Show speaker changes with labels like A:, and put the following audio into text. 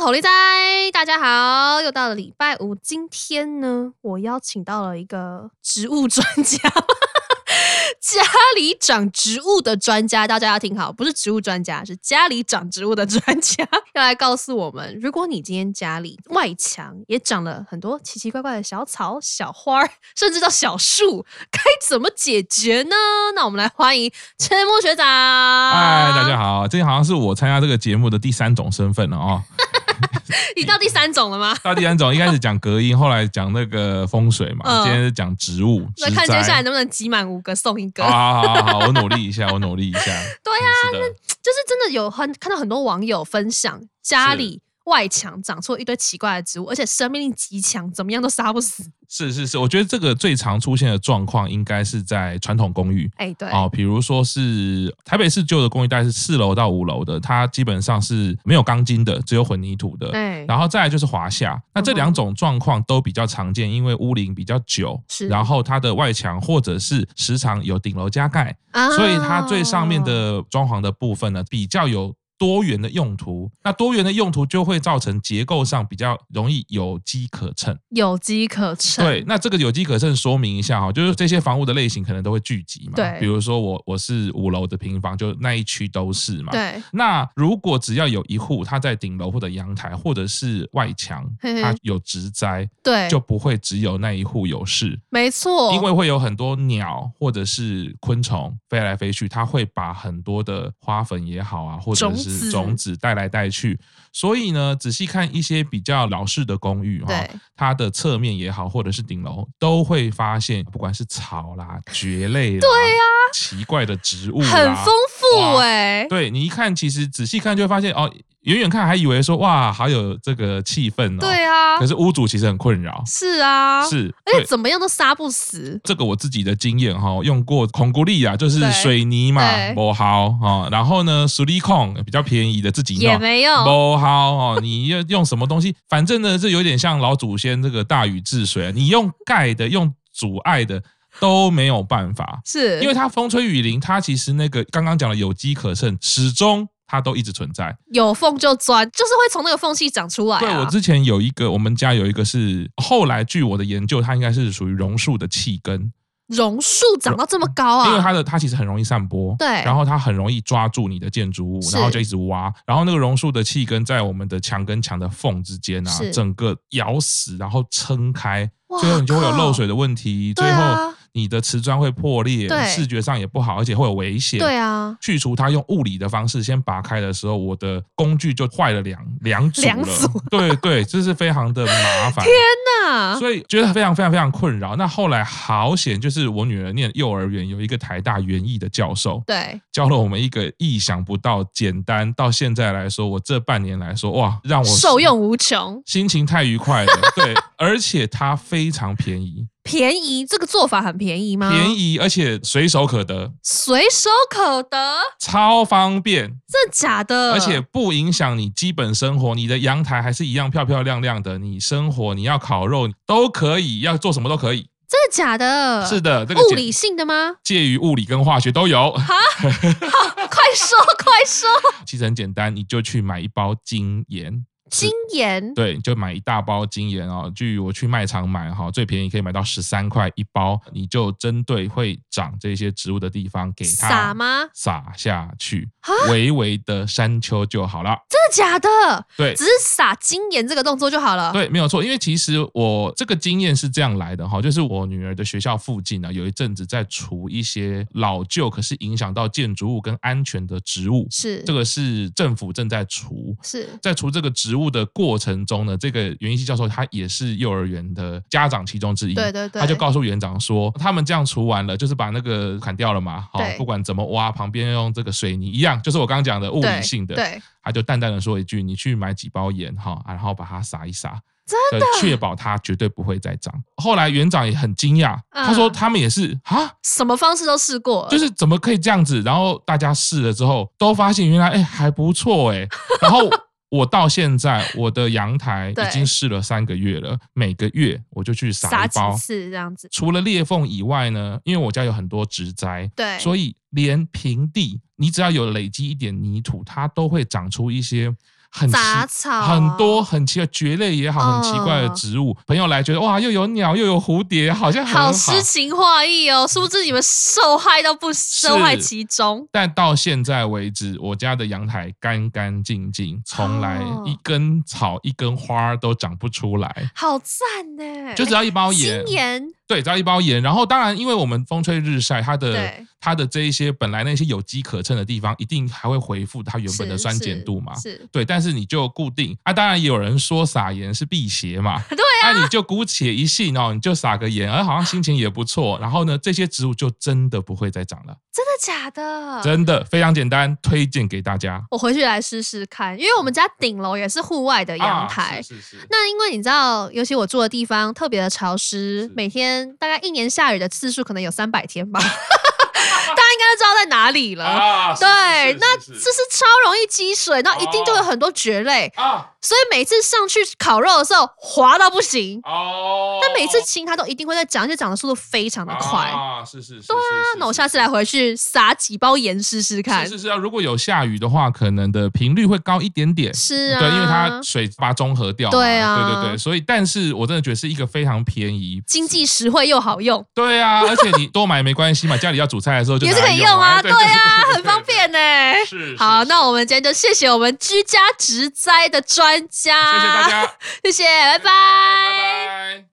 A: 吼力哉，大家好，又到了礼拜五。今天呢，我邀请到了一个植物专家，家里长植物的专家，大家要听好，不是植物专家，是家里长植物的专家，要来告诉我们，如果你今天家里外墙也长了很多奇奇怪怪的哎小草、小 花儿，甚至到小树，该怎么解决呢？那我们来欢迎陈默学长。
B: 嗨，哎大家好，这好像是我参加这个节目的第三种身份了 哦。
A: 你到第三种了吗？
B: 到第三种，一开始讲隔音，后来讲那个风水嘛，
A: 嗯
B: 今天是讲植物。
A: 那
B: 植
A: 看接
B: 栽啊
A: 下来能不能集满五个送一个。
B: 好好好好好，我努力一下，我努力一 下。
A: 对
B: 呀、是的
A: 就是真的有很看到很多网友分享家里外墙长出了一堆奇怪的植物，而且生命力极强，怎么样都杀不死。
B: 是是是，我觉得这个最常出现的状况应该是在传统公寓。
A: 哎、对，
B: 哦，比如说是台北市旧的公寓，大概是四楼到五楼的，它基本上是没有钢筋的，只有混凝土的。
A: 对，
B: 然后再来就是华夏，那这两种状况都比较常见，因为屋龄比较久，
A: 是
B: 然后它的外墙或者是时常有顶楼加盖，
A: 啊
B: 所以它最上面的装潢的部分呢，比较有。多元的用途，那多元的用途就会造成结构上比较容易有机可乘。
A: 有机可乘，
B: 对，那这个有机可乘说明一下哈，就是这些房屋的类型可能都会聚集嘛。
A: 对
B: 比如说我我是五楼的平房，就那一区都是嘛。
A: 对
B: 那如果只要有一户他在顶楼或者阳台或者是外墙
A: 嘿嘿，
B: 他有植栽，
A: 对，
B: 就不会只有那一户有事，
A: 没错，
B: 因为会有很多鸟或者是昆虫飞来飞去，它会把很多的花粉也好啊，或者是
A: 种
B: 种子带来带去。所以呢，仔细看一些比较老式的公寓哈、
A: 对
B: 它的侧面也好，或者是顶楼，都会发现不管是草啦、蕨类啦，对呀、奇怪的植物啦，
A: 啊很丰富
B: 哇
A: 哎、
B: 对你一看，其实仔细看就会发现哦，远远看还以为说哇，好有这个气氛哦。
A: 对啊
B: 可，是屋主其实很困扰，
A: 是啊，，
B: 是，
A: 而且
B: 对。
A: 怎么样都杀不死，
B: 这个我自己的经验哈、用过孔古力啊，就是
A: 对
B: 水泥嘛
A: 对，
B: 不好哈。然后呢，苏力控比较便宜的自己
A: 也
B: 弄，
A: 没有，
B: 不好哦。 你要用什么东西？反正呢，这有点像老祖先这个大禹治水啊，你用盖的，用阻碍的都没有办法。
A: 是
B: 因为它风吹雨淋，它其实那个刚刚讲的有机可乘，始终它都一直存在。
A: 有缝就钻，就是会从那个缝隙长出来、啊。
B: 对我之前有一个，我们家有一个是后来据我的研究，它应该是属于榕树的气根，
A: 榕树长到这么高啊，
B: 因为它的它其实很容易散播，
A: 对
B: 然后它很容易抓住你的建筑物，
A: 是
B: 然后就一直挖，然后那个榕树的气根在我们的墙跟墙的缝之间啊
A: 是，
B: 整个咬死，然后撑开，
A: 哇
B: 最后你就会有
A: 靠
B: 漏水的问题，
A: 对
B: 最
A: 啊
B: 后你的瓷砖会破裂
A: 对，
B: 视觉上也不好，而且会有危险，
A: 对啊，
B: 去除它用物理的方式先拔开的时候，我的工具就坏了两两组了。
A: 两组
B: 对对，这是非常的麻 烦，
A: 那
B: 所以觉得非常非常非常困扰。那后来好险，就是我女儿念幼儿园有一个台大园艺的教授，
A: 对
B: 教了我们一个意想不到、简单到现在来说，我这半年来说，哇，让我
A: 受用无穷，
B: 心情太愉 快了。对，而且它非常便宜，
A: 便宜这个做法很便宜吗？
B: 便，宜而且随手可得，
A: 随手可得，
B: 超方便。
A: 真的假的？
B: 而且不影响你基本生活，你的阳台还是一样漂漂亮亮的。你生活你要烤肉都可以，要做什么都可以。
A: 真的假的？
B: 是的，这个
A: 嗯物
B: 介
A: 理性的吗？
B: 介于物理跟化学都有，
A: 快说快说，
B: 其实很简单，你就去买一包精盐，
A: 金盐
B: 对，你就买一大包精盐哦。据我去卖场买哈，最便宜可以买到十三块一包，你就针对会长这些植物的地方给它
A: 撒吗？
B: 撒下去
A: 啊，
B: 微微的山丘就好了。
A: 真的假的？
B: 对，
A: 只是撒金盐这个动作就好了。
B: 对，没有错，因为其实我这个经验是这样来的哈，就是我女儿的学校附近呢，有一阵子在除一些老旧可是影响到建筑物跟安全的植物，
A: 是
B: 这个是政府正在除。
A: 是
B: 在除这个植物的过程中呢，这个袁一希教授他也是幼儿园的家长其中之一，
A: 对对对
B: 他就告诉园长说，他们这样除完了，就是把那个砍掉了嘛，好
A: 对，
B: 不管怎么挖，旁边用这个水泥一样，就是我刚刚讲的物
A: 对
B: 理性的，
A: 对，
B: 他就淡淡的说一句：“你去买几包盐哈、啊然后把它撒一撒，真的确保它绝对不会再长。”后来园长也很惊讶，
A: 嗯
B: 他说：“他们也是啊，
A: 什么方式都试过了，
B: 就是怎么可以这样子？”然后大家试了之后，都发现原来哎还不错哎。然后我到现在我的阳台
A: 对
B: 已经试了三个月了，每个月我就去撒
A: 撒
B: 一
A: 几
B: 包。
A: 次这样子。
B: 除了裂缝以外呢，因为我家有很多植栽，
A: 对，
B: 所以连平地，你只要有累积一点泥土，它都会长出一些很奇
A: 杂草啊
B: 很多很奇怪蕨类也好，
A: 嗯
B: 很奇怪的植物。朋友来觉得哇，又有鸟又有蝴蝶，好像很
A: 好诗情画意哦，殊不知你们受害到不
B: 是
A: 受害其中。
B: 但到现在为止，我家的阳台干干净净，从来
A: 哦
B: 一根草、一根花都长不出来，
A: 好赞呢！
B: 就只要一包盐
A: 今。年
B: 对，只要一包盐。然后当然，因为我们风吹日晒，它的
A: 对
B: 它的这一些本来那些有机可乘的地方，一定还会回复它原本的
A: 是
B: 酸碱度嘛。
A: 是是
B: 对，但是你就固定啊，当然也有人说撒盐是辟邪嘛，
A: 对
B: 啊，那你就姑且一信哦，你就撒个盐，而好像心情也不错。然后呢，这些植物就真的不会再长了，
A: 真的假的？
B: 真的非常简单，推荐给大家。
A: 我回去来试试看，因为我们家顶楼也是户外的阳台
B: 啊、。是是是，
A: 那因为你知道，尤其我住的地方特别的潮湿
B: 是，
A: 每天大概一年下雨的次数可能有三百天 吧，大家 应该都知道在哪里了。
B: 啊，是
A: 对，那
B: 是哦
A: 这
B: 是是
A: 是超容易积水，那一定就有很多蕨类，
B: 啊
A: 所以每次上去烤肉的时候滑到不行。
B: 哦，
A: 但每次清它都一定会在长，而且长的速度非常的快。
B: 啊，是是是，对啊
A: 那我下次来回去撒几包盐试试看。
B: 是是是啊，如果有下雨的话，可能的频率会高一点点。
A: 是啊，
B: 对，因为它水把它中和掉嘛。
A: 对啊
B: 对对对，所以但是我真的觉得是一个非常便宜。
A: 经济实惠又好用，
B: 对啊， 而且你多买没关系嘛，家里要煮菜的时候就
A: 也是
B: 拿来
A: 可以用啊，
B: 对
A: 对啊，很方。便呢。
B: 对对对对是，
A: 好，
B: 是
A: 那我们今天就谢谢我们居家植栽的专家，
B: 谢谢大，家，
A: 谢谢，拜拜。
B: 拜拜。